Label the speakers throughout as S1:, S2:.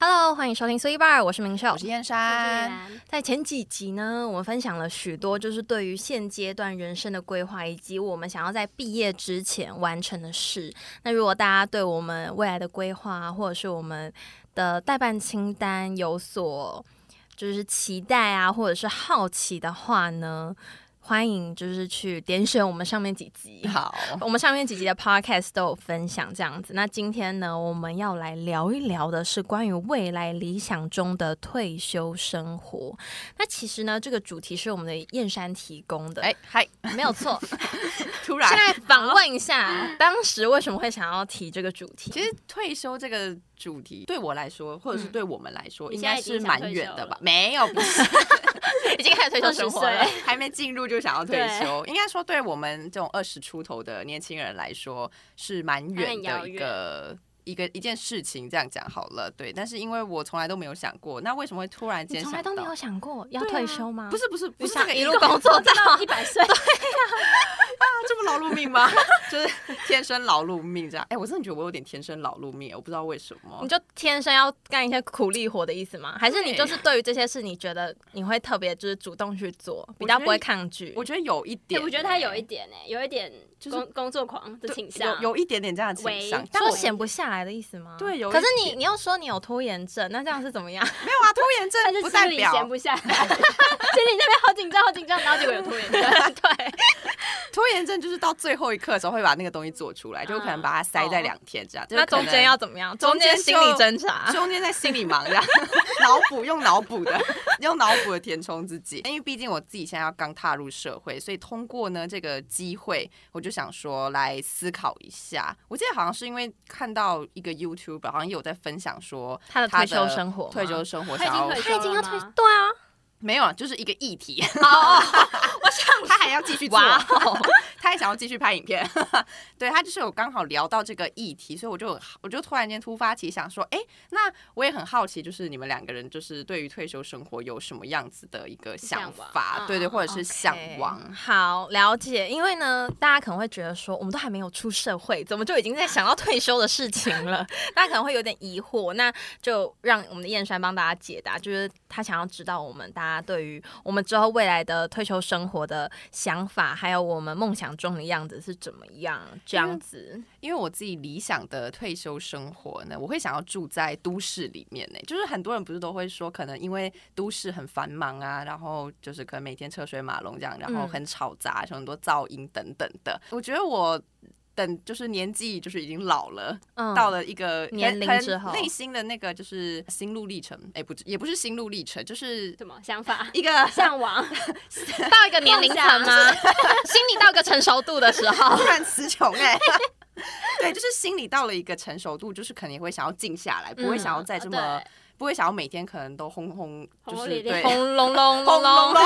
S1: Hello，欢迎收听 C Bar，我是明秀
S2: 我。是燕山，
S1: 在前几集呢，我们分享了许多就是对于现阶段人生的规划，以及我们想要在毕业之前完成的事。那如果大家对我们未来的规划，啊或者是我们的代办清单有所就是期待啊，或者是好奇的话呢，欢迎就是去点选我们上面几集。
S2: 好，
S1: 我们上面几集的 podcast 都有分享这样子。那今天呢，我们要来聊一聊的是关于未来理想中的退休生活。那其实呢，这个主题是我们的燕山提供的，
S2: 哎嗨，
S1: 没 有错。
S2: 突
S1: 现
S2: 然，
S1: 在访问一下，当时为什么会想要提这个主题？
S2: 其实退休这个主题对我来说，或者是对我们来说，
S3: 你
S2: 应
S3: 现在
S2: 该
S3: 已经
S2: 是
S3: 想退休
S2: 蛮远的吧
S3: 了？
S2: 没有，不是，
S1: 已经开始退休生活了
S3: 20岁，
S2: 还没进入就想要退休，应该说对我们这种二十出头的年轻人来说是蛮远
S3: 还很遥
S2: 的一个。一个一件事情这样讲好了，对，但是因为我从来都没有想过，那为什么会突然
S1: 你
S2: 间
S1: 从
S2: 想
S1: 来都没
S2: 到
S1: 有？想过要
S2: 对啊
S1: 退休吗？
S2: 不，是不是不
S1: 你
S2: 是这
S1: 想
S2: 个
S1: 一
S2: 意
S1: 路
S2: 思
S1: 工作到
S3: 一百岁，
S2: 这么劳碌命吗？ 就是天生劳碌命这样。哎、我真的觉得我有点天生劳碌命，我不知道为什么
S1: 你。就天生要干一些苦力活的意思吗？还是你就是对于这些事，你觉得你会特别就是主动去做，比较不会抗拒？
S2: 我觉得有一点、哎
S3: 对，哎我觉得他有一点呢，欸有一点
S2: 就是
S3: 工工作狂的
S2: 对
S3: 倾向，
S2: 有有一点点这样的倾
S3: 为
S2: 向。但
S1: 说
S2: 我
S3: 我
S1: 闲不下来的意思吗？
S2: 对有一
S1: 可是你你又说你有拖延症，那这样是怎么 样？
S2: 没有啊，拖延
S3: 但
S2: 症
S3: 是
S2: 不
S3: 心
S2: 代
S3: 里
S2: 表
S3: 闲不下来，心里那边好紧张，好紧张，然后结果有拖延症，对，
S2: 拖延症就是到最后一刻的时候会把那个东西做出来，就可能把它塞在
S3: 哦
S2: 两天这样。就 是
S1: 那
S2: 可
S1: 中
S2: 能
S1: 间要怎么样？
S2: 中
S1: 中间
S2: 间
S1: 心
S2: 就
S1: 理挣扎。
S2: 中间在心里忙这样， 脑补用脑补的， 用脑补的填充自己。因为毕竟我自己现在要刚踏入社会，所以通过呢这个机会，我就想说来思考一下。我记得好像是因为看到一个 YouTube，好像也有在分享说
S1: 他的退休生活吗
S2: 退休生活
S3: 他已
S2: 想
S3: 经
S2: 要
S3: 退休
S1: 他已经要
S3: 了
S1: 退
S3: 吗，
S1: 对啊，
S2: 没有，就是一个议题，
S1: 哦，
S2: 他还要继续做，
S1: 哇
S2: 他还想要继续拍影片。对他就是有刚好聊到这个议题，所以我就有我就突然间突发奇想说，哎、那我也很好奇，就是你们两个人就是对于退休生活有什么样子的一个想
S3: 向往
S2: 法？
S3: 嗯
S2: 对对，
S3: 嗯
S2: 或者是向往。
S1: 哎好了解，因为呢，大家可能会觉得说，我们都还没有出社会，怎么就已经在想到退休的事情了？ 大家可能会有点疑惑，那就让我们的燕山帮大家解答，就是他想要知道我们大家对于我们之后未来的退休生活的想法，还有我们梦想中的样子是怎么样，这样子。
S2: 因为我自己理想的退休生活呢，我会想要住在都市里面呢。就是很多人不是都会说，可能因为都市很繁忙啊，然后就是可能每天车水马龙这样，然后
S1: 嗯
S2: 很吵杂，很多噪音等等的。我觉得我。等就是年纪就是已经老了，
S1: 嗯，
S2: 到了一个可能
S1: 年龄
S2: 可能
S1: 之后
S2: 内心的那个就是心路历程，哎、不是也不是心路历程，就是
S3: 什么想法？
S2: 一个
S3: 向 往，
S1: 到一个年龄层吗？ 心理到一个成熟度的时 候，
S2: 突然词穷哎、对，就是心里到了一个成熟度，就是可能也会想要静下来，不会想要再这么，不会想要每天可能都轰轰，
S3: 轰
S2: 就
S3: 轰
S2: 是
S3: 烈烈
S2: 对，
S1: 哦轰隆隆隆
S2: 轰隆
S1: 隆
S2: 隆，，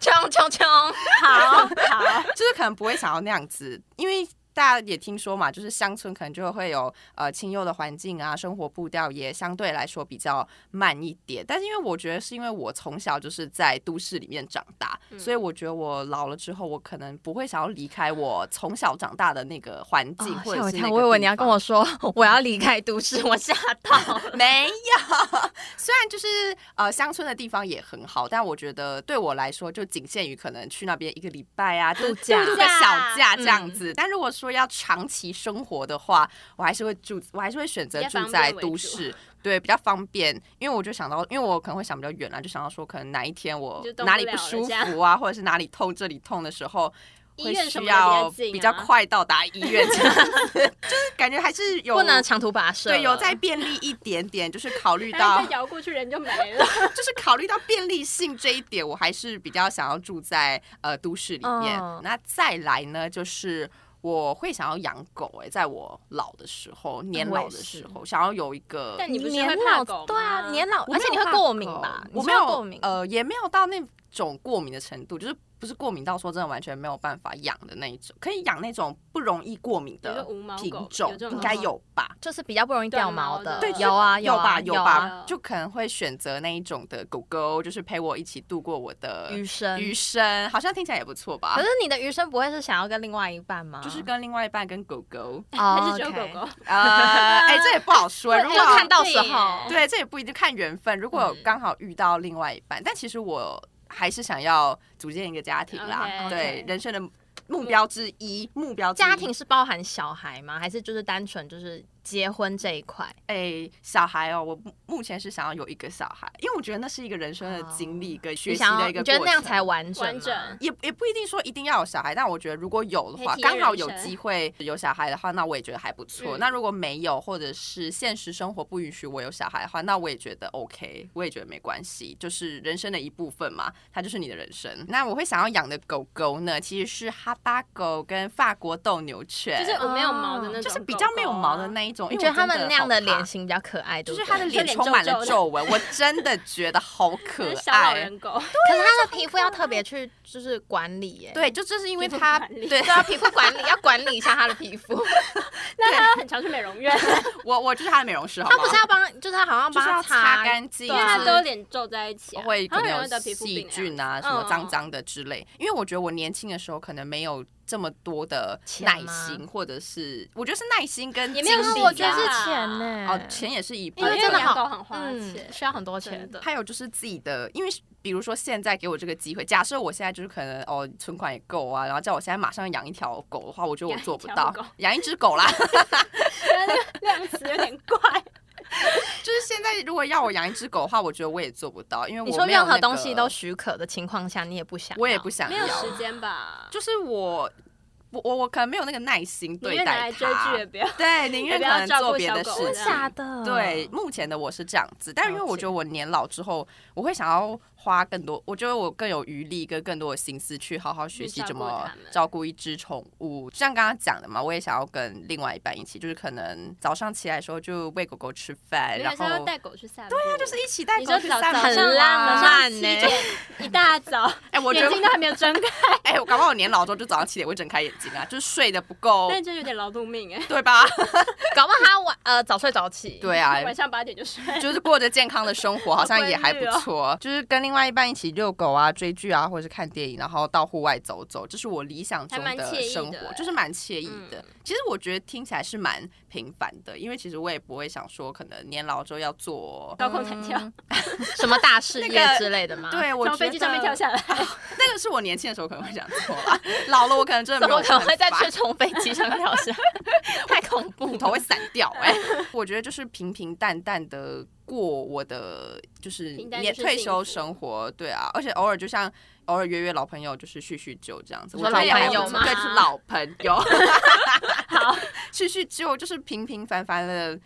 S1: 冲冲冲，
S3: 好好，
S2: 就是可能不会想要那样子，因为。大家也听说嘛，就是乡村可能就会有呃清幽的环境啊，生活步调也相对来说比较慢一点。但是因为我觉得是因为我从小就是在都市里面长大，
S3: 嗯
S2: 所以我觉得我老了之后，我可能不会想要离开我从小长大的那个环境，
S1: 哦
S2: 或
S1: 吓
S2: 者
S1: 我一
S2: 是
S1: 跳
S2: 那个
S1: 我以为你
S2: 地
S1: 要跟
S2: 方
S1: 我说我要离开都市，我吓到。
S2: 没有，虽然就是呃乡村的地方也很好，但我觉得对我来说就仅限于可能去那边一个礼拜啊，就
S1: 度假
S2: 度个小假这样
S3: 嗯
S2: 子。但如果说要长期生活的话，我还是会住，我还是会选择
S3: 比较
S2: 住
S3: 方便
S2: 在
S3: 为
S2: 都
S3: 主
S2: 市，对，比较方便。因为我就想到，因为我可能会想比较远啦，就想到说可能哪一天我
S3: 就动
S2: 哪
S3: 不
S2: 里不
S3: 了了
S2: 舒
S3: 这样
S2: 服啊，或者是哪里痛这里痛的时候。
S3: 医
S2: 会
S3: 院什
S2: 需
S3: 么的比较
S2: 要
S3: 近啊
S2: 比 较快到达医院，这样子就是感觉还是有
S1: 不能长途跋涉了。
S2: 对，有再便利一点点，就是考虑
S3: 然
S2: 到
S3: 后再，摇过去人就没了，
S2: 就是考虑到便利性这一点，我还是比较想要住在呃都市里面。
S1: 嗯
S2: 那再来呢，就是。我会想要养狗哎、在我老的时候，年老的时候，想要有一个。
S3: 但你不是
S1: 年
S3: 会
S1: 老
S3: 怕狗吗
S1: 对啊，年老，
S2: 我
S1: 而
S2: 没有
S1: 且你会
S2: 怕
S1: 过敏
S2: 狗
S1: 吧？
S2: 我
S1: 你
S2: 没
S1: 是会
S2: 有呃
S1: 过敏，
S2: 呃，也没有到那种过敏的程度，就是不是过敏到说真的完全没有办法养的那一种，可以养那种不容易过敏
S3: 比如
S2: 的
S3: 说无毛狗
S2: 品
S3: 有
S2: 种，
S3: 这种
S2: 应
S3: 吗
S2: 该有吧？
S1: 就是比较不容易掉毛的，
S3: 对就是
S1: 有啊
S2: 有
S1: 啊
S2: 吧
S1: 有
S2: 吧、
S1: 啊，
S3: 啊
S2: 就可能会选择那一种的狗狗，就是陪我一起度过我的
S1: 余生。
S2: 余生，好像听起来也不错吧
S1: 可？是你的余生不会是想要跟另外一半吗？
S2: 就是跟另外一半跟狗狗，
S1: 哦
S3: 还是只有狗
S1: OK
S3: 狗？
S2: 呃，哎、这也不好说。如
S1: 就
S2: 果
S1: 看到时
S3: 对耶
S1: 候。
S2: 对，这也不一定看缘分。如果
S1: 嗯
S2: 刚好遇到另外一半，但其实我还是想要组建一个家庭啦。
S3: OK
S2: 对，人生的目标之一，目标之一
S1: 家庭。是包含小孩吗？还是就是单纯就是结婚这一块？
S2: 哎、小孩哦，我目目前是想要有一个小孩，因为我觉得那是一个人生的经历跟学
S1: 哦你
S2: 习
S1: 想要
S2: 的一
S1: 你
S2: 个过程。
S1: 觉得那样才完整吗？
S3: 完整
S2: 也也不一定说一定要有小孩，但我觉得如果有的话
S3: 可，以体验
S2: 刚好有
S3: 人生
S2: 机会有小孩的话，那我也觉得还不错。
S3: 嗯
S2: 那如果没有，或者是现实生活不允许我有小孩的话，那我也觉得 OK，我也觉得没关系，就是人生的一部分嘛，它就是你的人生。那我会想要养的狗狗呢，其实是哈巴狗跟法国斗牛犬，
S3: 就是我没有毛的
S2: 哦
S3: 那种狗狗啊，啊
S2: 就是比较没有毛的那一种，
S1: 你
S2: 因为
S1: 觉得
S2: 我
S1: 他
S2: 真
S1: 们那样的
S2: 好怕
S1: 脸。型比较可爱，对
S2: 就
S1: 不
S2: 是
S1: 对？
S2: 他的脸
S3: 脸
S2: 充满
S3: 皱皱
S2: 了
S3: 的
S2: 皱纹，我真的觉得好可
S3: 就是小老
S2: 爱。
S3: 人 狗，
S1: 可
S2: 啊
S1: 是他的皮肤要特别去就是管理耶，
S2: 对，就就是因为
S3: 皮肤
S2: 它
S3: 管理
S2: 对
S1: 对啊，皮肤管理要管理一下他的皮 肤。
S3: 那它很常去美容院，
S2: 我我就是他的美容师，好
S1: 他
S2: 吗？
S1: 不是要帮，就是他好像
S2: 就
S1: 帮
S2: 是要
S1: 他
S2: 擦干净，
S3: 因为它啊都有点皱在一起啊，
S2: 啊会
S3: 好
S2: 可
S3: 像
S2: 能
S3: 有人
S2: 有
S3: 得皮肤
S2: 细
S3: 病啊
S2: 菌啊，什么脏脏的之类。因为我觉得我年轻的时候可能没有这么多的
S1: 钱
S2: 耐
S1: 吗
S2: 心，或者是我觉得是耐心跟
S3: 也没有
S2: 精
S3: 说
S2: 力
S3: 我
S2: 吧
S3: 觉得是钱
S1: 呢
S2: 哦，钱也是一部
S3: 因为
S2: 分，
S1: 真的
S3: 养
S1: 好
S3: 狗很花
S1: 嗯
S3: 钱，
S1: 需要很多钱
S3: 真的
S2: 还有就是自己的，因为比如说现在给我这个机会，假设我现在就是可能哦存款也够啊，然后叫我现在马上养一条狗的话，我觉得我
S3: 养一
S2: 做不
S3: 条
S2: 到
S3: 狗，
S2: 养一只狗啦。
S3: 但 那个量词有点怪。
S2: 就是现在如果要我养一只狗的话，我觉得我也做不到，因为我
S1: 你说
S2: 没有
S1: 任何
S2: 那
S1: 东
S2: 个
S1: 西都许可的情况下，你也不想，
S2: 我也不。想
S3: 没有
S2: 要
S3: 时间吧？
S2: 就是我，我我我可能没有那个耐心
S3: 宁
S2: 对
S3: 愿拿
S2: 待
S3: 来追剧也
S2: 它，
S3: 不要。
S2: 对，宁愿
S3: 也不
S2: 可
S3: 要
S2: 能
S3: 照
S2: 做
S3: 顾
S2: 别
S3: 小
S2: 的
S3: 狗
S2: 事
S3: 这样
S2: 情。
S1: 假的，
S2: 对，目前的我是这样子，但因为
S1: 了
S2: 我觉得我年老之后，我会想要花更多，我觉得我更有余力跟更多的心思去好好学习
S3: 去照顾
S2: 怎么
S3: 它们
S2: 照顾一只宠物。就像刚刚讲的嘛，我也想要跟另外一半一起，就是可能早上起来的时候就喂狗狗吃饭，
S3: 原
S2: 然
S3: 来是要
S2: 后
S3: 带狗去散步。对啊，
S2: 就是一起带
S3: 你
S2: 狗
S3: 说
S2: 去
S3: 早
S2: 散
S3: 早
S2: 步
S1: 很浪
S2: 啊
S1: 漫
S3: 七
S1: 呢
S3: 点一大早，
S2: 哎， 我觉
S3: 眼
S2: 得
S3: 睛都还没有睁开，
S2: 哎，我搞不好我年老之后就早上七点会睁开眼睛啊，就是睡得不够，
S3: 但这有点劳动命哎。
S2: 对 吧？
S1: 搞不好他晚呃早睡早起。
S2: 对啊，
S3: 晚上八点就睡。
S2: 就是过着健康的生活，好像也还
S3: 啊
S2: 不错。就是跟另外一半一起遛狗啊、追剧啊，或者是看电影，然后到户外走走，这是我理想中
S3: 还蛮惬
S2: 的
S3: 意的
S2: 生活，
S3: 欸
S2: 就是蛮惬意的。
S3: 嗯
S2: 其实我觉得听起来是蛮平凡的，因为其实我也不会想说，可能年老之后要做。
S3: 高空弹跳，
S1: 什么大事
S2: 那
S1: 业
S2: 个
S1: 之类的吗？，
S2: 对，嗯我
S3: 从
S2: 觉
S3: 啊飞机上面
S2: 得
S3: 跳下来，
S2: 那个是我年轻的时候可能会想做啦， 老了我可能真的
S1: 怎
S2: 没有
S1: 么可能会
S2: 办
S1: 在
S2: 法
S1: 去从飞机上跳 下？太恐怖
S2: 骨
S1: 了
S2: 头！会散掉哎、 我觉得就是平平淡淡的过我的就是
S3: 平淡
S2: 年
S3: 就是幸
S2: 退
S3: 福
S2: 休生活，对啊，而且偶尔就像偶尔约约老朋友，就是叙叙旧这样子。
S1: 你
S2: 我
S1: 说
S2: 觉得
S1: 老朋
S2: 也还不
S1: 友
S2: 错
S1: 吗
S2: 对，是老朋 友。好， 叙叙旧就是平平凡凡的。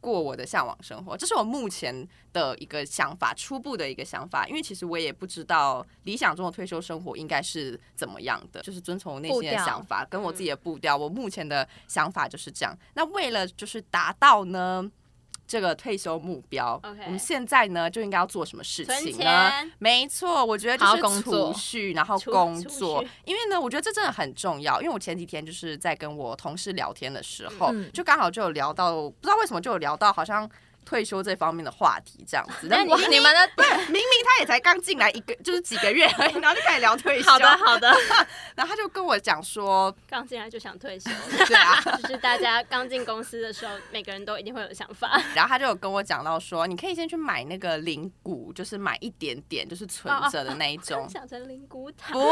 S2: 过我的向往生活，这是我目前的一个想法，初步的一个想法。因为其实我也不知道理想中的退休生活应该是怎么样的，就是遵从我内心
S1: 步
S2: 的
S1: 调
S2: 想法，跟我
S1: 嗯
S2: 自己的步调。我目前的想法就是这样。那为了就是达到呢这个退休目标
S3: OK
S2: 我们现在呢就应该要做什么事
S3: 存
S2: 情呢？
S3: 钱，
S2: 没错，我觉得就
S1: 好好
S2: 是
S1: 工
S2: 储
S1: 作
S2: 蓄，然后
S3: 储
S2: 工
S3: 储
S2: 作
S3: 蓄，
S2: 因为呢，我觉得这真的很重要。因为我前几天就是在跟我同事聊天的时候，
S1: 嗯
S2: 就刚好就有聊到，不知道为什么就有聊到好像退休这方面的话题这样子。
S3: 那
S2: 但
S3: 你
S2: 我
S1: 哇你们的
S2: 明明他也才刚进来一个，就是几个月而已，然后就开始聊退休。
S1: 好的好的，
S2: 然后他就跟我讲说，
S3: 刚进来就想 退休，
S2: 对啊，
S3: 就是大家刚进公司的时候，每个人都一定会有想法。
S2: 然后他就有跟我讲到说，你可以先去买那个零股，就是买一点点，就是存
S3: 哦
S2: 着的那一 种。
S3: 想成灵骨塔，
S2: 不
S3: 灵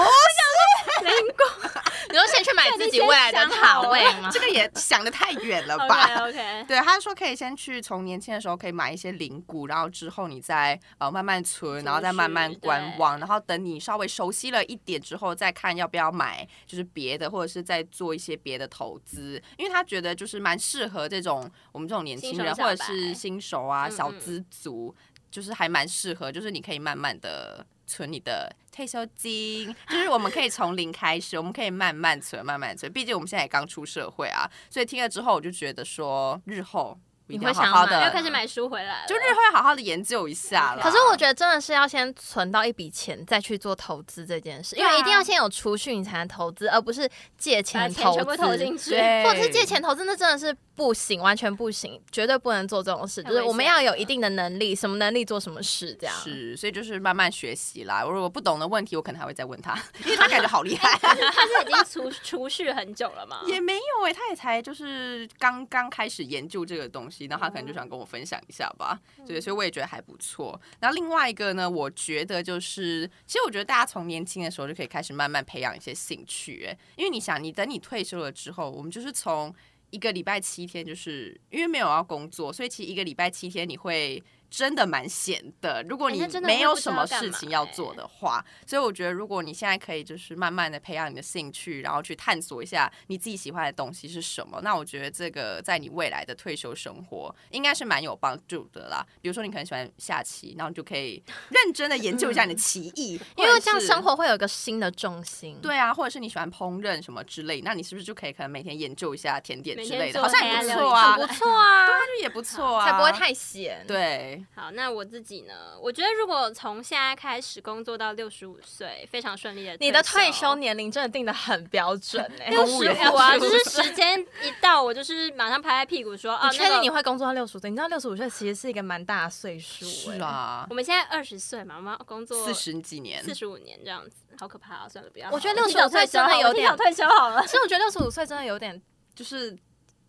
S3: 骨
S1: 你说先去买自己未 来的塔位吗？
S2: 这个也想的太远了吧。
S3: OK OK，
S2: 对，他说可以先去从年轻的时候可以买一些零股，然后之后你再呃慢慢存，然后再慢慢观望，然后等你稍微熟悉了一点之后，再看要不要买，就是别的或者是再做一些别的投资，因为他觉得就是蛮适合这种我们这种年轻人
S3: 新手
S2: 或
S3: 小白
S2: 者是新手啊
S3: 嗯嗯
S2: 小资族，就是还蛮适合，就是你可以慢慢的。存你的退休金，就是我们可以从零开始，我们可以慢慢存，慢慢存。毕竟我们现在也刚出社会啊，所以听了之后，我就觉得说，日后我一定
S1: 你会
S2: 好
S1: 想要
S2: 好
S1: 买
S2: 的
S1: 吗
S3: 要开始买书回来了，
S2: 就日会好好的研究一下啦。
S1: 可是我觉得真的是要先存到一笔钱，再去做投资这件事，因
S3: 对
S1: 为
S3: 啊
S1: 一定要先有储蓄，你才能投资，而不是借
S3: 把
S1: 钱
S3: 钱
S1: 投
S3: 全部投
S1: 资。
S3: 进去。
S2: 对，
S1: 或者是借钱投资，那真的是不行，完全不行，绝对不能做这种事。
S3: 太
S1: 就是我
S3: 危
S1: 们
S3: 险
S1: 要有
S3: 了
S1: 一定的能力，什么能力做什么事，这样。
S2: 是，所以就是慢慢学习啦。我如果不懂的问题，我可能还会再问他，因为他感觉好厉害。
S3: 他是已经储 储蓄很久了嘛？
S2: 也没有哎、他也才就是刚刚开始研究这个东西，然后他可能就想跟我分享一下吧，对，所以我也觉得还不错。然后另外一个呢，我觉得就是，其实我觉得大家从年轻的时候就可以开始慢慢培养一些兴趣、欸，因为你想，你等你退休了之后，我们就是从一个礼拜七天，就是因为没有要工作，所以其实一个礼拜七天你会。真的蛮闲的，如果
S3: 哎
S2: 你
S3: 那真的
S2: 没
S3: 会
S2: 有
S3: 不知
S2: 什
S3: 道
S2: 么
S3: 干
S2: 事
S3: 嘛
S2: 情要
S3: 欸
S2: 做的话，所以我觉得如果你现在可以就是慢慢的培养你的兴趣，然后去探索一下你自己喜欢的东西是什么，那我觉得这个在你未来的退休生活应该是蛮有帮助的啦。比如说你可能喜欢下棋，然后你就可以认真的研究一下你的棋 艺，
S1: 因为这样生
S2: 活。
S1: 活会有一个新的重心。
S2: 对啊，或者是你喜欢烹饪什么之类，那你是不是就可以可能每天研究一下甜点
S3: 每
S2: 之
S3: 天
S2: 类的？
S3: 做
S2: 好像
S3: 黑
S2: 也
S3: 暗
S2: 不
S3: 料
S2: 错
S3: 理
S2: 啊，
S1: 很不错啊，
S2: 那就也不错啊，
S1: 才不会太闲。，
S2: 对。
S3: 好，那我自己呢？我觉得如果从现在开始工作到六十五岁，非常顺利的
S1: 你的退休年龄真的定的很标 准哎、
S3: 六
S2: 公务
S3: 十
S2: 员
S3: 五啊，
S2: 65
S3: 就是时间一到，我就是马上拍拍屁股说啊，
S1: 你确定
S3: 那
S1: 你
S3: 个
S1: 会工作到六十五岁？你知道六十五岁其实是一个蛮大的岁数、哎
S2: 是，啊
S3: 我，们现在二十岁嘛，我们要工作
S2: 四十几年，
S3: 四十五年这样子，好可怕啊！算了，不要好了。
S1: 我觉得
S3: 提
S1: 65
S3: 早
S1: 岁
S3: 退休
S1: 真的
S3: 好了
S1: 有
S3: 我提
S1: 点
S3: 早退休好了。
S1: 其实我觉得六十五岁真的有点，就是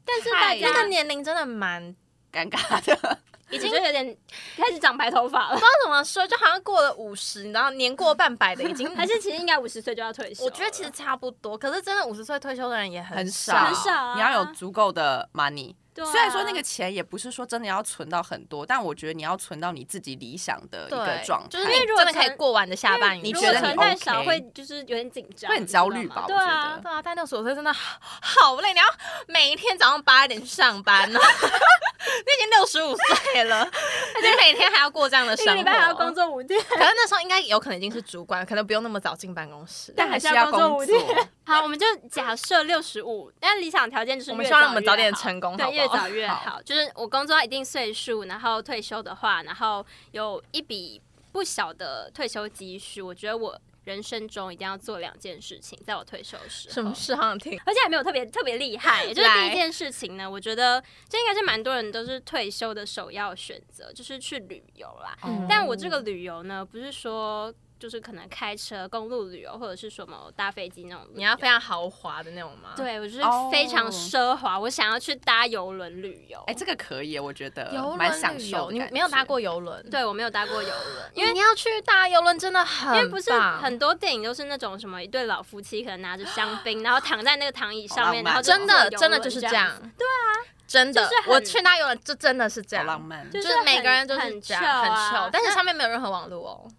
S3: 但是大
S2: 太
S3: 家
S1: 那个年龄真的蛮
S2: 尴尬的。
S3: 已经有点开始长白头发了
S1: 不知，道怎么说，就好像过了五十，你知道年过半百的已 经
S3: 还是其实应该五十岁就要退休了？
S1: 我觉得其实差不多。可是真的五十岁退休的人也
S2: 很
S1: 少，
S2: 少，
S3: 很少啊
S2: 你要有足够的 money。
S3: 对啊
S2: 虽然说那个钱也不是说真的要存到很多，但我觉得你要存到你自己理想的一个
S1: 对
S2: 状态，
S1: 就是你
S3: 如果
S1: 真的可以
S3: 成
S1: 过完的下半
S2: 你
S1: 余
S3: 如
S1: 生。
S2: 觉
S3: 果
S2: 得你
S3: 存太少
S2: OK
S3: 会就是有点紧张，
S2: 会很
S3: 你知道
S2: 焦虑
S3: 吗
S2: 吧我
S3: 对啊
S2: 觉得，
S1: 对啊，但六十五岁真的好 累，你要每天早上八点去上班呢、 你已经六十五岁 了，而且每天还要过这样的
S3: 啊一
S1: 生
S3: 个
S1: 活。
S3: 礼拜还要工作五天。
S1: 可能那时候应该有可能已经是主管，可能不用那么早进办公室。
S2: 但还
S3: 是
S2: 是
S3: 要
S2: 要
S3: 工
S2: 工
S3: 作
S2: 作
S3: 五。天 好，我们就假设六十五，但理想条件就是
S1: 我们
S3: 越
S1: 希望
S3: 早
S1: 我们
S3: 越
S1: 早点
S3: 好
S1: 成功好
S3: 对，
S1: 不
S3: 越
S1: 好
S3: 早越
S2: 好
S3: 好。就是我工作到一定岁数，然后退休的话，然后有一笔不小的退休积蓄，我觉得我人生中一定要做两件事情，在我退休时候。
S1: 什么事好想听？
S3: 而且还没有特别特别厉 害，就是第
S1: 来
S3: 一件事情呢，我觉得这应该是蛮多人都是退休的首要选择，就是去旅游啦。
S1: 嗯
S3: 但我这个旅游呢，不是说就是可能开车公路旅游，或者是什么搭飞机那种旅游，
S1: 你要非常豪华的那种吗？，
S3: 对我就是
S2: 哦
S3: 非常奢华，我想要去搭游轮旅游。
S2: 哎、这个可以，我觉得
S1: 游
S2: 呃蛮
S1: 轮
S2: 享
S1: 旅
S2: 受
S1: 游，
S2: 的
S1: 你
S2: 感
S1: 没有搭
S2: 觉
S1: 过游轮？，
S3: 对我没有搭过游轮，因
S1: 因
S3: 为。
S1: 为你要去搭游轮真的很
S3: 因
S1: 棒，
S3: 为不是很多电影都是那种什么一对老夫妻可能拿着 香槟，然后躺在那个躺椅上面，
S2: 好
S3: 然后
S2: 浪漫
S3: 就
S1: 真的
S3: 坐游
S1: 真的
S3: 轮
S1: 就是
S3: 这
S1: 这样
S3: 子，。
S1: 对啊，真的
S3: 就是，很
S1: 我去搭游轮就真的是这
S2: 好
S1: 样，
S2: 浪漫，
S3: 就
S1: 就是是每个人都是
S3: 很
S1: 这样，
S3: chill 啊
S1: 很 chill，但是上面没有任何网络哦，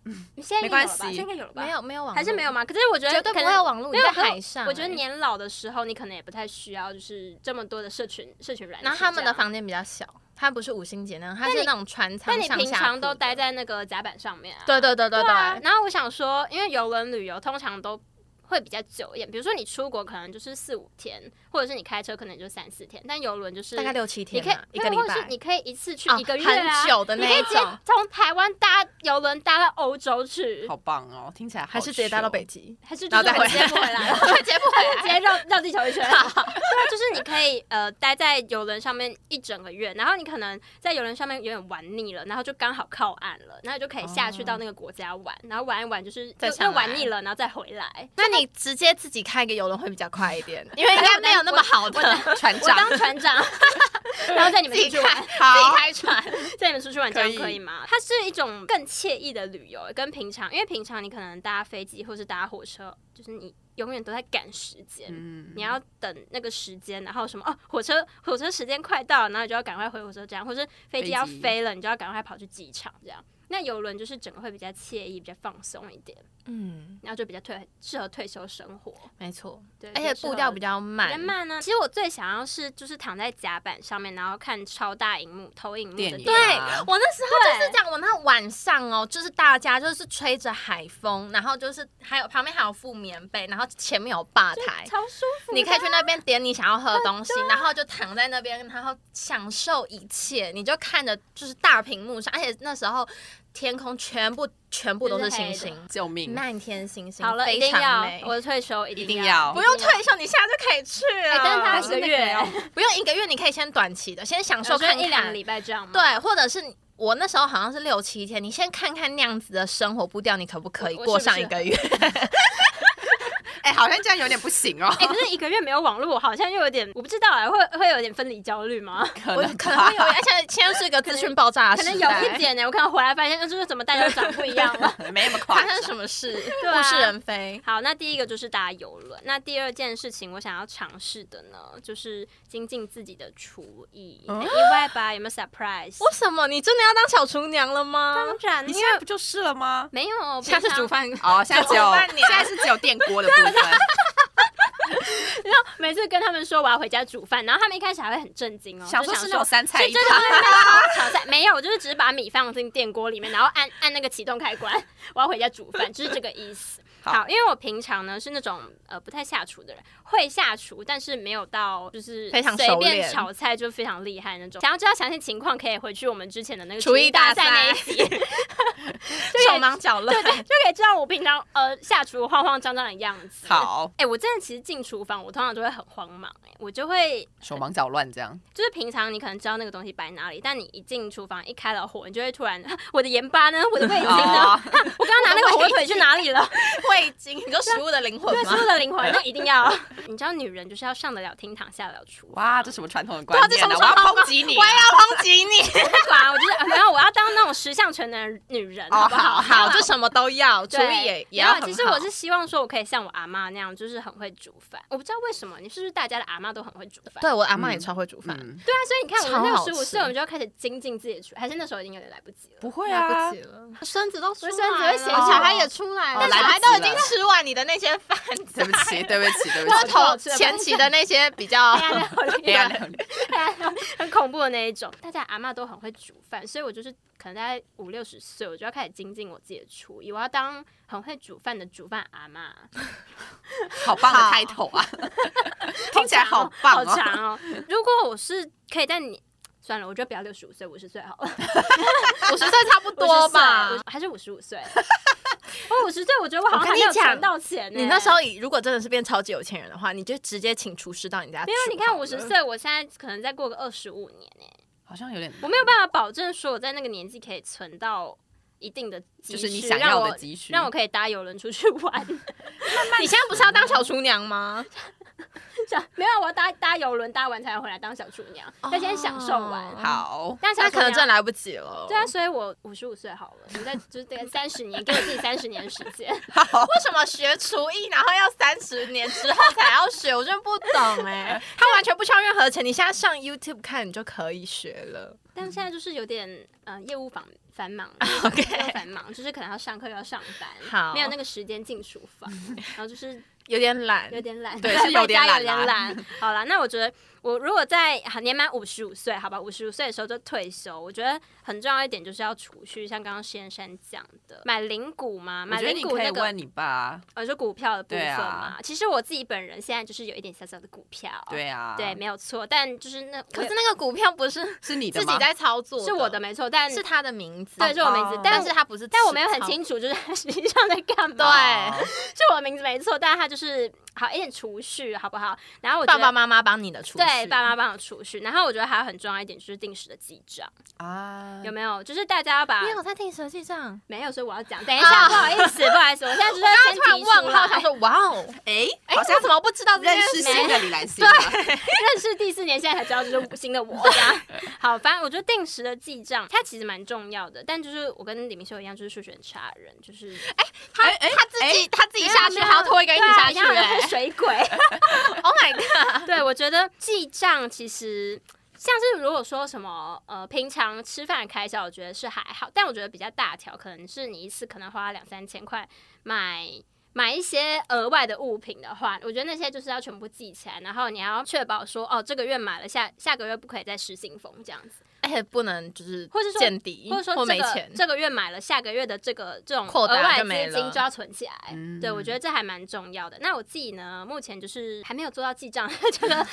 S3: 现在
S2: 没
S3: 应该
S2: 关
S3: 有了吧？
S2: 系
S3: 现在应该有了吧？
S1: 没有没有网络，
S3: 还是没有吗？可是我觉得
S1: 绝对不
S3: 可
S1: 会有
S3: 能。
S1: 网络，
S3: 没
S1: 你
S3: 有
S1: 在
S3: 可是
S1: 海上欸，
S3: 我觉得年老的时候，你可能也不太需要，就是这么多的社群社群软件。
S1: 然后他们的，房间比较小，它不是五星级那样，它是那种船舱
S3: 但你
S1: 上
S3: 平
S1: 下
S3: 常
S1: 铺
S3: 都
S1: 的
S3: 待在那个甲板上面啊。
S1: 对对对对
S3: 对啊。
S1: 对，
S3: 然后我想说，因为游轮旅游通常都会比较久一点，比如说你出国可能就是四五天，或者是你开车可能就三四天，但游轮就是
S1: 大概六七
S3: 你
S1: 天
S3: 可以
S1: 吧，一个礼
S3: 或者是
S1: 拜，
S3: 你可以一次去
S1: 哦
S3: 一个月啊，
S1: 很久的
S3: 你
S1: 那
S3: 可以
S1: 一
S3: 直接
S1: 种，
S3: 从台湾搭游轮搭到欧洲去，
S2: 好棒哦，听起来好
S1: 还是直接搭到
S2: chill
S1: 北极，
S3: 还是就
S1: 然
S3: 是
S1: 后再
S3: 我
S1: 回
S3: 直接不 回来了。
S1: 直接不回
S3: 直接绕绕地球一圈。对啊，就是你可以呃待在游轮上面一整个月，然后你可能在游轮上面有点玩腻了，然后就刚好靠岸了，然后就可以下去到那个国家玩，然后玩一玩就是
S1: 再
S3: 就
S1: 上
S3: 就玩
S1: 来
S3: 腻了，然后再回来。
S1: 那你直接自己开一个游轮会比较快一点，因为应该没有那么好的
S2: 船
S3: 我
S2: 长
S3: 当船长， 然后带你们
S1: 自
S3: 出
S1: 己
S3: 去
S1: 开
S3: 玩。
S1: 自己
S2: 好。
S1: 开船，
S3: 带你们出去玩，这
S2: 可
S3: 样
S2: 以
S3: 可以吗？它是一种更惬意的旅游，跟平常，因为平常你可能搭飞机或是搭火车，就是你永远都在赶时间，
S2: 嗯
S3: 你要等那个时间，然后什么哦，火车火车时间快到了，然后你就要赶快回火车站，或是飞机要
S2: 飞机
S3: 飞了，你就要赶快跑去机场这样。那游轮就是整个会比较惬意，比较放松一点。
S1: 嗯，
S3: 然后就比较退适合退休生活。
S1: 没错，
S3: 对，
S1: 而且
S3: 就适合
S1: 步调比较慢，
S3: 比较慢啊呢。其实我最想要是就是躺在甲板上面，然后看超大荧幕投影幕的
S2: 电影
S1: 对
S2: 啊
S1: 我那时候就是这样，我那晚上哦，就是大家就是吹着海风，然后就是还有旁边还有副棉被，然后前面有吧台，
S3: 超舒服的。
S1: 你可以去那边点你想要喝的东西，然后就躺在那边，然后享受一切，你就看着就是大屏幕上，而且那时候天空全部全部都是星
S3: 就是
S1: 星，
S2: 救命！
S1: 漫天星星，
S3: 好了，一
S1: 非
S3: 定
S1: 常
S3: 要
S1: 美。
S3: 我的退休一
S2: 一
S3: 定
S2: 定要
S1: 不用退休，你现在就可以去了。
S3: 哎但是它一个
S1: 那
S3: 月
S1: 哦不用一个月，你可以先短期的，先享受看
S3: 看
S1: 看
S3: 一两个礼拜这样吗？
S1: 对，或者是你我那时候好像是六七天，你先看看那样子的生活步调，你可不可以
S3: 我我
S1: 过
S3: 是不
S1: 上
S3: 是
S1: 一个月？
S2: 哎、好像这样有点不行哦、
S3: 哎、可是一个月没有网络，我好像又有点，我不知道哎、会会有点分离焦虑吗？
S2: 可
S1: 我
S2: 能
S1: 可能会有， 而且现在是一个资讯爆炸的
S3: 可能
S1: 时
S3: 有
S2: 啊
S1: 代，
S3: 一点呢、我可能回来发现，呃就是怎么大家都长不一样了。
S2: 哦 可能没那么 夸
S1: 发
S2: 张。
S1: 生什么事，
S3: 对啊
S1: 物是人非。
S3: 好，那第一个就是搭游轮。那第二件事情，我想要尝试的呢，就是精进自己的厨艺。
S2: 嗯
S3: 很意外吧？有没有 surprise？
S1: 为什么你真的要当小厨娘了吗
S3: 当？然，
S2: 你
S3: 因
S2: 现
S3: 为
S2: 在不就是了吗？
S3: 没有，
S1: 啊下次
S3: 平常
S1: 煮饭，
S2: 哦，现在只有
S1: 我半年
S2: 现在是只有电锅的部 分。
S3: 每次跟他们说我要回家煮饭，然后他们一开始还会很震惊哦，
S2: 想
S3: 就
S2: 说
S3: 想
S2: 是那种三菜
S3: 是
S2: 一
S3: 真的
S2: 汤，
S3: 会被炒炒菜，没有，我就是只是把米放进电锅里面，然后按 按那个启动开关，我要回家煮 饭，就是这个意思。
S2: 好
S3: 好，因为我平常呢是那种呃不太下厨的人，会下厨，但是没有到就是
S1: 非常
S3: 随
S1: 熟
S3: 便
S1: 练
S3: 炒菜就非常厉害那种。想要知道详细情况，可以回去我们之前的那个
S1: 厨艺大
S3: 赛那一集，
S1: 集，手忙脚乱。
S3: 就可以知道我平常呃下厨慌慌张张的样子。，
S2: 好
S3: 哎、我真的其实进厨房，我通常就会很慌忙、哎，我就会
S2: 手忙脚乱这样。
S3: 就是平常你可能知道那个东西摆哪里，但你一进厨房一开了火，你就会突然， 啊我的盐巴呢？我的味精呢？
S2: 哦，
S3: 我刚刚拿那个火腿去哪里 了？
S1: 味精，你说食物的灵魂
S3: 对，
S1: 吗
S3: 食？物的灵魂，那一定要。你知道女人就是要上得了厅堂，下得了厨
S2: 哇，这什么传统的观
S1: 对啊
S2: 念啊！
S1: 这什么
S2: 我要
S1: 传统
S2: 抨击你
S1: 我。也要抨击你。
S3: 不管，啊我就是没有，我要当那种十项全能女人，
S2: 哦
S3: 好不好？
S1: 好，啊就什么都要，厨
S3: 对
S1: 艺也也
S3: 没有
S1: 要很好。
S3: 其实我是希望说，我可以像我阿妈那样，就是很会煮饭。我不知道为什么，你是不是大家的阿妈都很会煮饭？
S1: 对我阿妈也
S2: 嗯
S1: 超会煮饭，
S2: 嗯，
S3: 对啊，所以你看，我们
S1: 超
S3: 六
S1: 好
S3: 十五
S1: 吃
S3: 岁，我们就要开始精进自己的厨，还是那时候已经有点来不及了。
S2: 不会
S1: 来
S2: 啊
S1: 不，及了，孙子都出
S3: 我
S1: 来
S3: 的
S1: 了，
S3: 孙子会嫌
S2: 弃
S1: 小孩也出来了，
S2: 哦
S1: 但小
S2: 来
S1: 孩
S2: 不及
S1: 都
S2: 了
S1: 已经吃完你的那些饭
S2: 对不起，对 不起，对不
S1: 窝
S2: 起。
S1: 头前期的那些比较
S3: 哎呀，那我
S2: 黑暗料理
S3: 很恐怖的那一种。大家阿妈都很会煮饭，所以我就是可能大概五六十岁，我就要开始精进我自己的厨艺，我要当很会煮饭的煮饭阿妈。
S2: 好棒的
S1: 好
S2: 开头啊，听起来好棒
S3: 好
S2: 哦。
S3: 长哦！如果我是可以在你。算了，我觉得不要六十五岁，五十岁好了，
S1: 五十岁差不多吧
S3: 50岁。50还是五十五岁。我五十岁，我觉得我好
S1: 我
S3: 像还
S1: 跟
S3: 没
S1: 你
S3: 有
S1: 讲
S3: 存到钱呢。
S1: 你那时候如果真的是变超级有钱人的话，你就直接请厨师到你家。
S3: 没有？你看五十，岁，我现在可能再过个二十五年呢，
S2: 好像有点，
S3: 我没有办法保证说我在那个年纪可以存到一定的积蓄，
S2: 就是你想要的积蓄
S3: 让我让我可以搭游轮出去玩。
S1: 你现在不是要当小厨娘吗？
S3: 想没有，我要搭搭游轮，搭完才回来当小厨娘，要先享受完。
S2: 好。
S3: 但小
S1: 哦那
S3: 厨
S1: 可能
S3: 娘
S1: 真的来不及了。
S3: 对啊，所以我五十五岁好了，我在就是这个三十年，给我自己三十年的时间。
S1: 为什么学厨艺，然后要三十年之后才要学？我真的不懂哎、 他完全不需要任何钱，你现在上 YouTube 看你就可以学了。
S3: 但现在就是有点呃业务繁繁 忙
S1: OK
S3: 业务繁忙，就是可能要上课又要上班，
S1: 好
S3: 没有那个时间进厨房， 然后就是
S1: 有点懒，
S3: 有点懒，
S2: 对是有点
S3: 在家
S2: 懒
S3: 有
S2: 啦
S3: 点 懒。好啦，那我觉得我如果在好年满五十五岁，好吧，五十五岁的时候就退休，我觉得很重要一点就是要储蓄，像刚刚先生讲的，买零股嘛，
S2: 我
S3: 买
S2: 觉得
S3: 零
S2: 你
S3: 股
S2: 可以
S3: 那个
S2: 问你爸，
S3: 呃，就股票的部
S2: 对
S3: 分
S2: 啊
S3: 嘛。其实我自己本人现在就是有一点小小的股票，
S2: 对啊，
S3: 对，，没有错。但就是那
S1: 可
S3: 我
S1: 是那个股票不是
S2: 是你的
S1: 自
S2: 吗
S1: 己？在操作，
S3: 是我的，没错，但
S1: 是他的名字，
S3: 对，是我名字
S2: 哦，
S1: 但
S3: 但
S1: 是
S3: 是
S1: 他不是，
S3: 但我没有很，清楚，就是它实际上在干嘛。
S1: 对
S2: 哦
S3: 是我名字没错，但它就是好一点储蓄，好不好？然后我觉
S1: 爸
S3: 得
S1: 爸妈妈帮你的厨师，
S3: 对爸妈帮我储蓄，然后我觉得还有很重要一点就是定时的记账，
S2: 啊，
S3: 有没嗯有？就是大家要把
S1: 你有在听舌记账？
S3: 没有，所以我要讲。等一下，
S1: 啊
S3: 不好意思，不好意思，我现在就是要
S1: 刚
S3: 先
S1: 突然
S3: 提出啊
S1: 问号，
S3: 来
S1: 想。说哇哦，
S2: 哎，
S1: 哎，
S2: 好像
S1: 我怎么不知道这件
S2: 认识
S1: 事？
S2: 新的李兰心了。
S3: 认识第四年，现在才知道这是新的我这 样。好，反正我觉得定时的记账，它其实蛮重要的。但就是我跟李明秀一样，就是数学很差的人，就是哎，
S1: 他
S2: 哎哎
S1: 他自己他自己下去，
S3: 没有
S1: 还要拖一个一起下去
S3: 对啊一定 要
S1: 哎
S3: 是水鬼。
S1: ，Oh my god！
S3: 对，我觉得记账其实。像是如果说什么呃，平常吃饭的开销，我觉得是还好，但我觉得比较大条，可能是你一次可能花两三千块买。买一些额外的物品的话，我觉得那些就是要全部记起来，然后你要确保说，哦，这个月买了，下下个月不可以再失心疯这样子，
S1: 而且哎不能就是
S3: 或者说
S1: 见底，
S3: 或者说这
S1: 嗯没
S3: 个
S1: 钱，
S3: 这个月买了，下个月的这个这种
S1: 扩
S3: 额
S1: 大
S3: 外
S1: 就没
S3: 资金
S1: 了
S3: 就要存起来。
S2: 嗯
S3: 对，我觉得这还蛮重要的。那我自己呢，目前就是还没有做到记账， 这个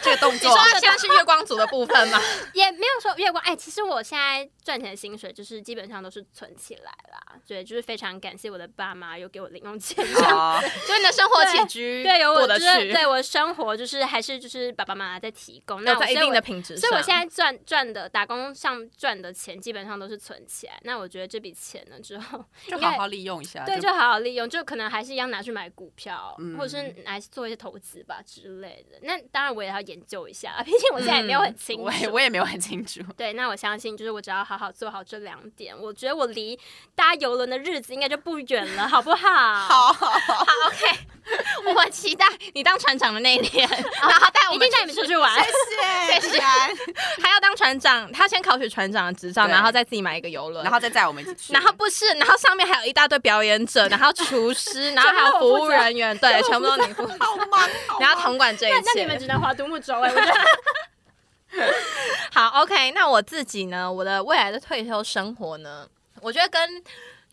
S2: 这个动
S1: 你
S2: 作
S1: 说，现在是月光族的部分吗？
S3: 也没有说月光。哎、其实我现在赚钱的薪水就是基本上都是存起来啦，对，就是非常感谢我的爸妈有给我零用钱，
S2: 哦
S1: 就你的生活起居
S3: 对，有
S1: 过
S3: 我
S1: 得
S3: 就是
S1: 去，
S3: 对我生活就是还是就是爸爸妈妈在提供，那
S1: 要
S3: 我
S1: 在一
S3: 所以
S1: 定
S3: 我
S1: 的品质
S3: 所
S1: 上。
S3: 以我现在赚赚的打工上赚的钱基本上都是存起来。那我觉得这笔钱呢之后，
S2: 就
S3: 应该
S2: 好好利用一
S1: 啊
S2: 下。
S3: 对，就好好利用，就可能还是一样拿去买股票，
S2: 嗯
S3: 或者是拿去做一些投资吧之类的。那当然我也要研究一下啊，毕竟我现在也没有很
S1: 嗯
S3: 清楚。
S2: 我也我也没有很清楚。
S3: 对，那我相信，就是我只要好好做好这两点，我觉得我离搭游轮的日子应该就不远了，好不 好？好，
S1: 我们期待你当船长的那一 天，然后带我
S3: 一
S1: 们
S3: 定带你们出去玩。
S2: 谢谢，
S1: 他要当船长，他先考取船长的执照，
S2: 对
S1: 然后再自己买一个游轮，
S2: 然后再载我们一起去。
S1: 然后不是，然后上面还有一大堆表演者，然后厨 师，然后还有服务人员，对，全部都你负责，
S2: 好忙，好
S1: 然后统管这
S3: 那
S1: 一
S3: 那你们
S1: 切。
S3: 只能划独木舟哎、我 觉得
S1: 好，OK，那我自己呢？我的未来的退休生活呢？我觉得跟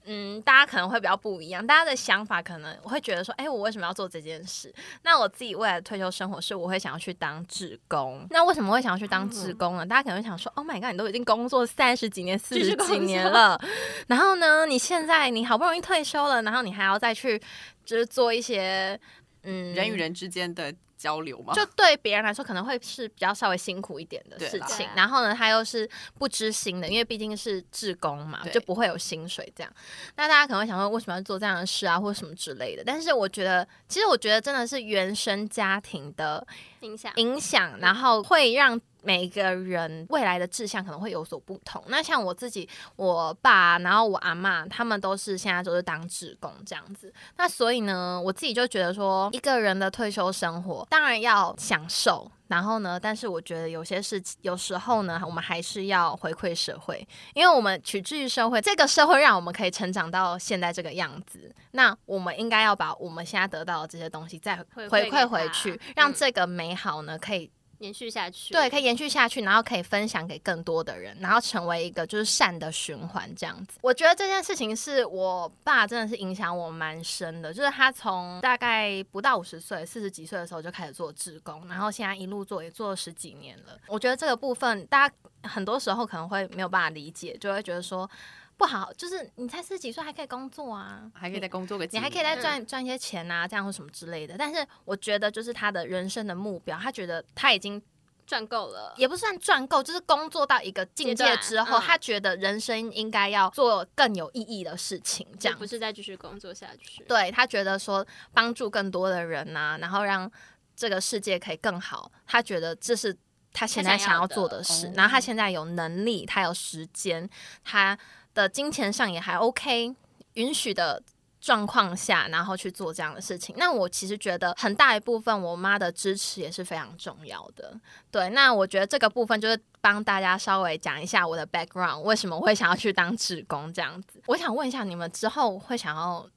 S1: 嗯，大家可能会比较不一样，大家的想法可能会觉得说，哎、我为什么要做这件事？那我自己未来的退休生活是，我会想要去当志工。那为什么会想要去当
S3: 嗯
S1: 志工呢？大家可能会想说，Oh my god，你都已经工作三十几年、四
S3: 继续
S1: 十
S3: 工
S1: 几
S3: 作
S1: 年了，然后呢，你现在你好不容易退休了，然后你还要再去就是做一些嗯
S2: 人与。人之间的交流嘛，
S1: 就对别人来说，可能会是比较稍微辛苦一点的
S2: 对
S1: 事
S2: 啦
S1: 情
S3: 对。
S1: 然后呢，他又是不知心的，因为毕竟是志工嘛，
S2: 对
S1: 就不会有薪水这样。那大家可能会想说，为什么要做这样的事啊，或什么之类的。但是我觉得，其实我觉得真的是原生家庭的
S3: 影响
S1: 影响，然后会让每个人未来的志向可能会有所不同。那像我自己，我爸，然后我阿妈，他们都是现在都是当志工这样子。那所以呢，我自己就觉得说，一个人的退休生活当然要享受。然后呢？但是我觉得有些事情，有时候呢，我们还是要回馈社会，因为我们取之于社会，这个社会让我们可以成长到现在这个样子。那我们应该要把我们现在得到的这些东西再
S3: 回
S1: 回
S3: 馈给
S1: 馈
S3: 他
S1: 回去
S3: 嗯，
S1: 让这个美好呢可以
S3: 延续下去。
S1: 对，可以延续下去，然后可以分享给更多的人，然后成为一个就是善的循环这样子。我觉得这件事情是我爸真的是影响我蛮深的，就是他从大概不到五十岁，四十几岁的时候就开始做志工，然后现在一路做也做了十几年了。我觉得这个部分大家很多时候可能会没有办法理解，就会觉得说不好，就是你才四十几岁还可以工作啊，
S2: 还可以再工作个几
S1: 你
S2: 年，
S1: 还可以再赚赚一些钱啊，这样或什么之类的。但是我觉得，就是他的人生的目标，他觉得他已经
S3: 赚够了，
S1: 也不算赚够，就是工作到一个境界之
S3: 阶
S1: 后，
S3: 段嗯
S1: 他觉得人生应该要做更有意义的事情，这
S3: 就
S1: 样
S3: 不是再继续工作下去。
S1: 对他觉得说帮助更多的人呐、然后让这个世界可以更好，他觉得这是他现在
S3: 他想
S1: 想
S3: 要
S1: 要
S3: 的嗯
S1: 做的事。
S2: 哦
S1: 然后他现在有能力，他有时间，他的金钱上也还 OK，允许的。状况下，然后去做这样的事情，那我其实觉得很大一部分我妈的支持也是非常重要的。对，那我觉得这个部分就是帮大家稍微讲一下我的 background，为什么我会想要去当志工这样子。我想问一下，你们之后会想要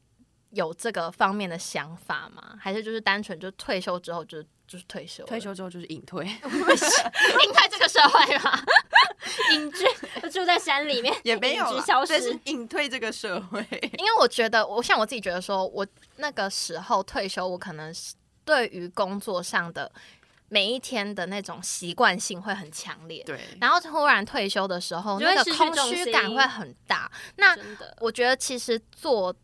S1: 有这个方面的想法吗？还是就是单纯就退休之后就就是退休了？
S2: 退休之后就是隐 退，
S1: 应该这个社会吧？
S3: 隐 居，住在山里面，
S2: 也没有
S3: 隐
S2: 啦
S3: 居消
S2: 但是
S3: 失。
S2: 隐退这个社 会，
S1: 因为我觉得，我像我自己觉得说，我那个时候退休，我可能是对于工作上的每一天的那种习惯性会很强烈。
S2: 对，
S1: 然后突然退休的时候，
S3: 你就会
S1: 那
S3: 失
S1: 个
S3: 去
S1: 空
S3: 重
S1: 虚
S3: 心
S1: 感会很大。 那
S3: 真的，
S1: 我觉得其实做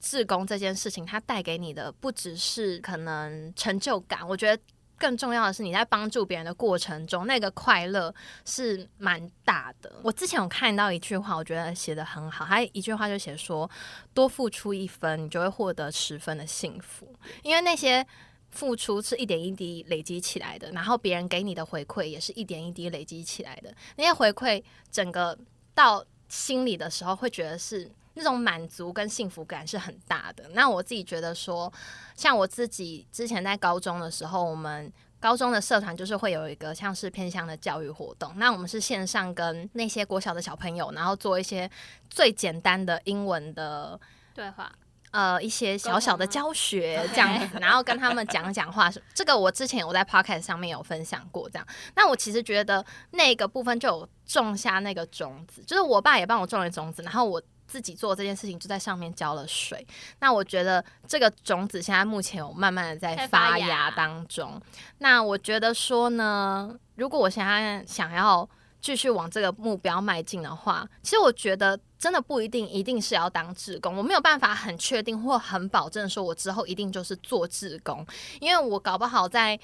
S1: 志工这件事情，它带给你的不只是可能成就感，我觉得更重要的是你在帮助别人的过程中，那个快乐是蛮大的。我之前有看到一句话，我觉得写的很好，他一句话就写说：多付出一分，你就会获得十分的幸福，因为那些。付出是一点一滴累积起来的，然后别人给你的回馈也是一点一滴累积起来的。那些回馈整个到心里的时候，会觉得是那种满足跟幸福感是很大的。那我自己觉得说，像我自己之前在高中的时候，我们。高中的社团就是会有一个像是偏向的教育活动，那我们是线上跟那些国小的小朋友，然后做一些最简单的英文的
S3: 对话
S1: 呃一些小小的
S3: 沟通
S1: 教学
S3: OK
S1: 这样子，然后跟他们讲讲话。这个我之前我在 podcast 上面有分享过，这样。那我其实觉得那个部分就有种下那个种子，就是我爸也帮我种了种子，然后我。自己做这件事情就在上面浇了水，那我觉得这个种子现在目前有慢慢的在
S3: 在发
S1: 发
S3: 芽
S1: 芽当中。那我觉得说呢，如果我现在想要继续往这个目标迈进的话，其实我觉得真的不一定一定是要当志工，我没有办法很确定或很保证说我之后一定就是做志工，因为我搞不好在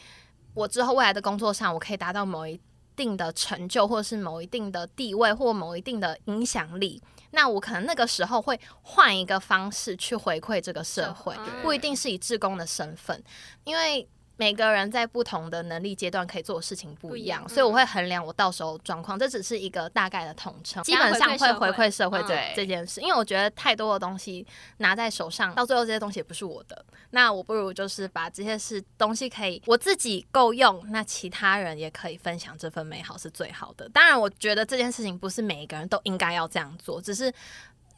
S1: 我之后未来的工作上，我可以达到某一定的成就，或是某一定的地位，或某一定的影响力。那我可能那个时候会换一个方式去回馈这个社会，
S3: 嗯
S1: 不一定是以志工的身份，因为每个人在不同的能力阶段可以做的事情不一样，嗯
S3: 不一样
S1: 所以我会衡量我到时候状况。这只是一个大概的统称，基本上会
S3: 想
S1: 回
S3: 回
S1: 馈
S3: 馈
S1: 社
S3: 社
S1: 会
S3: 会
S1: 这、
S2: 嗯
S1: 这件事，因为我觉得太多的东西拿在手上，到最后这些东西也不是我的，那我不如就是把这些事东西可以我自己够用，那其他人也可以分享这份美好是最好的。当然，我觉得这件事情不是每一个人都应该要这样做，只是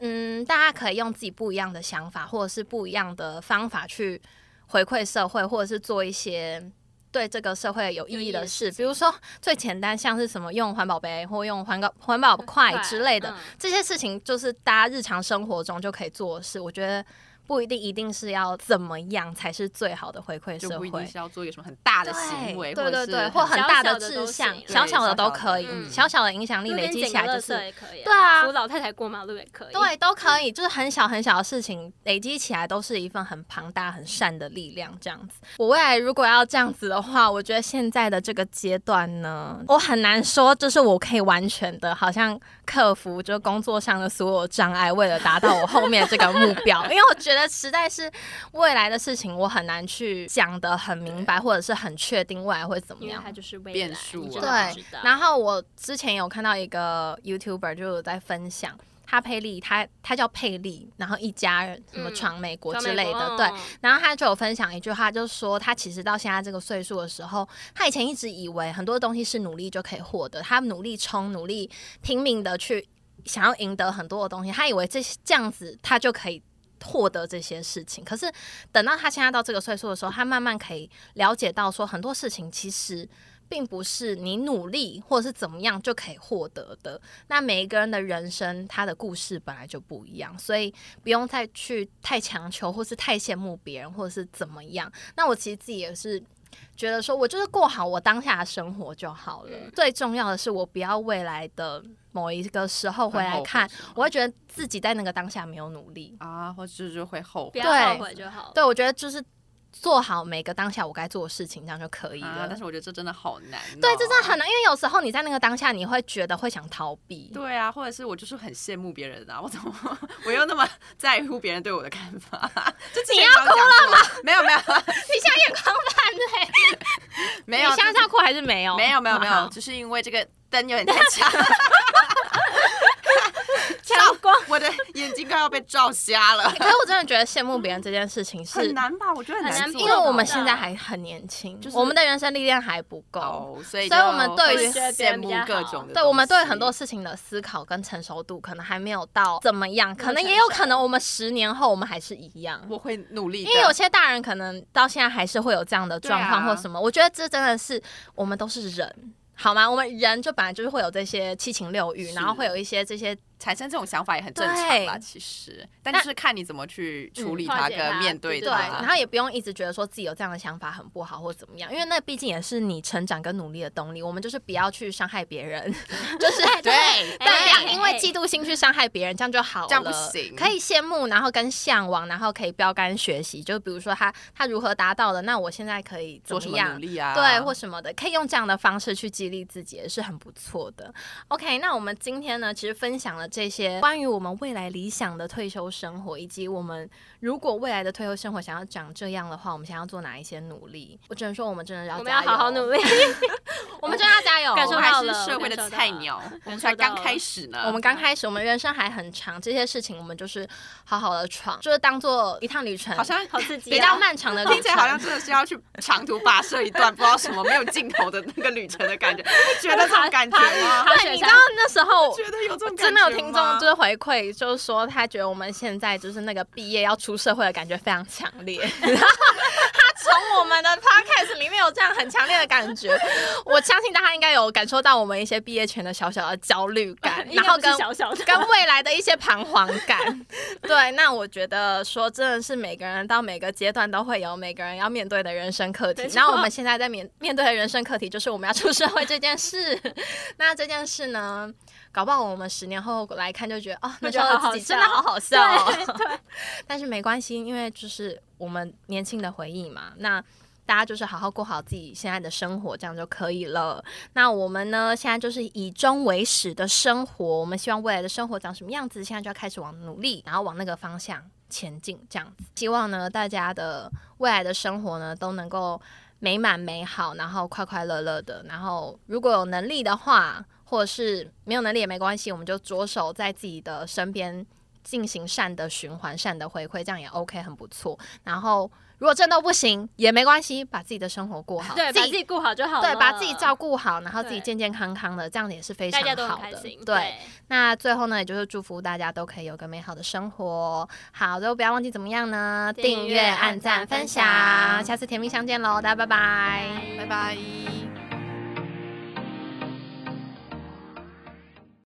S1: 嗯，大家可以用自己不一样的想法或者是不一样的方法去回馈社会，或者是做一些对这个社会有意义的事。
S3: 有意义的事情
S1: 比如说最简单，像是什么用环保杯或用环保环保筷之类的，
S3: 嗯
S1: 这些事情就是大家日常生活中就可以做的事。我觉得不一定一定是要怎么样才是最好的回馈
S2: 就
S1: 社
S2: 不一定
S1: 会。
S2: 是要做一个什么很大的行
S1: 对
S2: 为，
S1: 对对
S2: 者
S1: 对，
S2: 是
S1: 或很
S3: 小
S1: 大
S3: 小
S1: 的
S3: 的
S1: 志
S3: 都
S1: 向，
S3: 行
S1: 小小的
S2: 对
S1: 都
S2: 小小的
S1: 可以，
S3: 嗯
S1: 小小的影响力
S3: 路
S1: 累
S3: 边
S1: 积
S3: 捡
S1: 起来
S3: 个
S1: 就
S3: 垃圾
S1: 是
S3: 也可以、
S1: 对啊
S3: 扶老太太过马路也可以，
S1: 对，都可以，就是很小很小的事情累积起来，都是一份很庞大、很善的力量。这样子，我未来如果要这样子的话，我觉得现在的这个阶段呢，我很难说，就是我可以完全的，好像克服就工作上的所有障碍，为了达到我后面这个目标。因为我觉得实在是未来的事情，我很难去讲得很明白，或者是很确定未来会怎么
S3: 因为
S1: 样
S3: 它。就是未来
S2: 变数
S3: 你
S2: 啊
S3: 真的不
S1: 对
S3: 知道，
S1: 然后我之前有看到一个 YouTuber 就有在分享，他佩丽，他他叫佩丽，然后一家人什么
S3: 嗯
S1: 闯美国
S3: 到
S1: 之
S3: 美
S1: 类
S3: 国
S1: 的，
S3: 嗯
S1: 对。
S3: 嗯
S1: 然后他就有分享一句话，就说他其实到现在这个岁数的时候，他以前一直以为很多东西是努力就可以获得，他努力冲，努力拼命的去想要赢得很多的东西，他以为这这样子他就可以。获得这些事情，可是等到他现在到这个岁数的时候，他慢慢可以了解到说，很多事情其实并不是你努力或者是怎么样就可以获得的。那每一个人的人生，他的故事本来就不一样，所以不用再去太强求，或是太羡慕别人，或者是怎么样。那我其实自己也是觉得说，我就是过好我当下的生活就好了。
S3: 嗯
S1: 最重要的是，我不要未来的某一个时候回来看，我会觉得自己在那个当下没有努力。
S2: 啊，或者就是会后悔
S3: 不要后悔就好了。
S1: 对，我觉得就是做好每个当下我该做的事情，这样就可以了。
S2: 啊。但是我觉得这真的好难哦、
S1: 对，这真的很难，因为有时候你在那个当下，你会觉得会想逃避。
S2: 对啊，或者是我就是很羡慕别人啊，我怎么我又那么 在乎别人对我的看法？ 就你要哭了吗？没 有没有
S1: 你现在眼眶泛泪，
S2: 没有，
S1: 你现哦在是要哭还是没有？
S2: 没有没有没
S1: 好
S2: 有，，只是因为这个灯有点太强，
S1: 照光。
S2: 我的眼睛快要被照瞎了，
S1: 可是我真的觉得羡慕别人这件事情是
S2: 很，难吧？我觉得
S3: 很
S2: 难
S3: 难
S2: 做
S1: 因
S2: 到
S1: 为
S2: 吧，
S1: 我们现在还很年轻，
S2: 就是
S1: 我们的人生历练还不够。
S2: 哦，所以
S1: 所以我们
S2: 就
S1: 对
S2: 会
S1: 于
S2: 羡慕各种的东西，
S1: 对我们对很多事情的思考跟成熟度，可能还没有到怎么样，可能也有可能我们十年后我们还是一样。
S2: 我会努力的，
S1: 因为有些大人可能到现在还是会有这样的状况
S2: 啊对啊
S1: 或什么，我觉得这真的是我们都是人，好吗？我们人就本来就是会有这些七情六欲，
S2: 是
S1: 然后会有一些这些
S2: 产生这种想法也很正常啦，
S1: 对嗯
S2: 其实，但就是看你怎么去处理它
S3: 化解它
S2: 跟面对
S1: 对，
S2: 啊
S3: 对
S2: 它。
S1: 然后也不用一直觉得说自己有这样的想法很不好或怎么样，因为那毕竟也是你成长跟努力的动力。我们就是不要去伤害别 人，就是
S2: 对哎
S1: 对，不要
S3: 对
S1: 因为嫉妒心去伤害别人，这样就好了。
S2: 这样不行
S1: 可以羡慕，然后跟向往，然后可以标杆学习。就比如说他他如何达到的，那我现在可以怎
S2: 做
S1: 么
S2: 什么
S1: 样
S2: 努？力啊？
S1: 对，或什么的，可以用这样的方式去激励自己，也是很不错的。OK，那我们今天呢，其实分享了这些关于我们未来理想的退休生活，以及我们如果未来的退休生活想要长这样的话，我们想要做哪一些努力？我只能说，我们真的要
S3: 我们要
S1: 加油
S3: 好好努。力，
S1: 我们真的要加油，
S3: 感受
S2: 我
S3: 到
S2: 们还
S3: 了
S2: 是社会的菜鸟，我们才刚开始呢。
S1: 我们刚开始，我们人生还很长，这些事情我们就是好好的闯，就是当做一趟旅程，
S2: 好像
S3: 好刺激、啊，
S1: 比较漫长的旅程。
S2: 听起来好像真的是要去长途跋涉一段，不知道什么没有尽头的那个旅程 的感觉，会觉得这种感觉 吗？
S3: 爬
S1: 对，
S3: 雪
S1: 你知
S3: 山
S1: 道那时候
S2: 觉得有这种感觉
S1: 真的有听众就是是回馈，就是说他觉得我们现在就是那个毕业要出社会的感觉非常强烈。 然后他从我们的 podcast 里面有这样很强烈的感觉，我相信大家应该有感受到我们一些毕业前的小小的焦虑感，
S3: 应
S1: 然
S3: 该
S1: 后
S3: 不是
S1: 跟
S3: 小小 的，
S1: 跟未来的一些彷徨感。 对，那我觉得说真的是每个人到每个阶段都会有每个人要面对的人生课题
S3: 没。错
S1: 那我们现在在面面对的人生课题就是我们要出社会这件事。 那这件事呢，搞不好我们十年后来看就觉得哦，那
S3: 会
S1: 时
S3: 觉得
S1: 候自己真的好
S3: 好
S1: 好笑、哦。
S3: 对对，
S1: 但是没关系，因为就是我们年轻的回忆嘛，那大家就是好好过好自己现在的生活，这样就可以了。那我们呢，现在就是以终为始的生活，我们希望未来的生活长什么样子，现在就要开始往努力，然后往那个方向前进，这样子。希望呢，大家的未来的生活呢，都能够美满美好，然后快快乐乐的。然后如果有能力的话，或者是没有能力也没关系，我们就着手在自己的身边进行善的循环、善的回馈，这样也 OK，很不错。然后如果真的不行也没关系，把自己的生活过好，
S3: 对，把
S1: 自
S3: 自己顾好就好了，
S1: 对把自己照顾好，然后自己
S3: 对
S1: 健健康康的，这样也是非常
S3: 大家都很
S1: 好
S3: 开
S1: 的
S3: 心，。
S1: 对，那最后呢，也就是祝福大家都可以有个美好的生活。好，都不要忘记怎么样呢？
S3: 订阅
S1: 订阅、按赞、
S3: 按赞
S1: 分
S3: 分享
S1: 享，下次甜蜜相见喽，大家拜拜
S3: 拜
S2: 拜拜。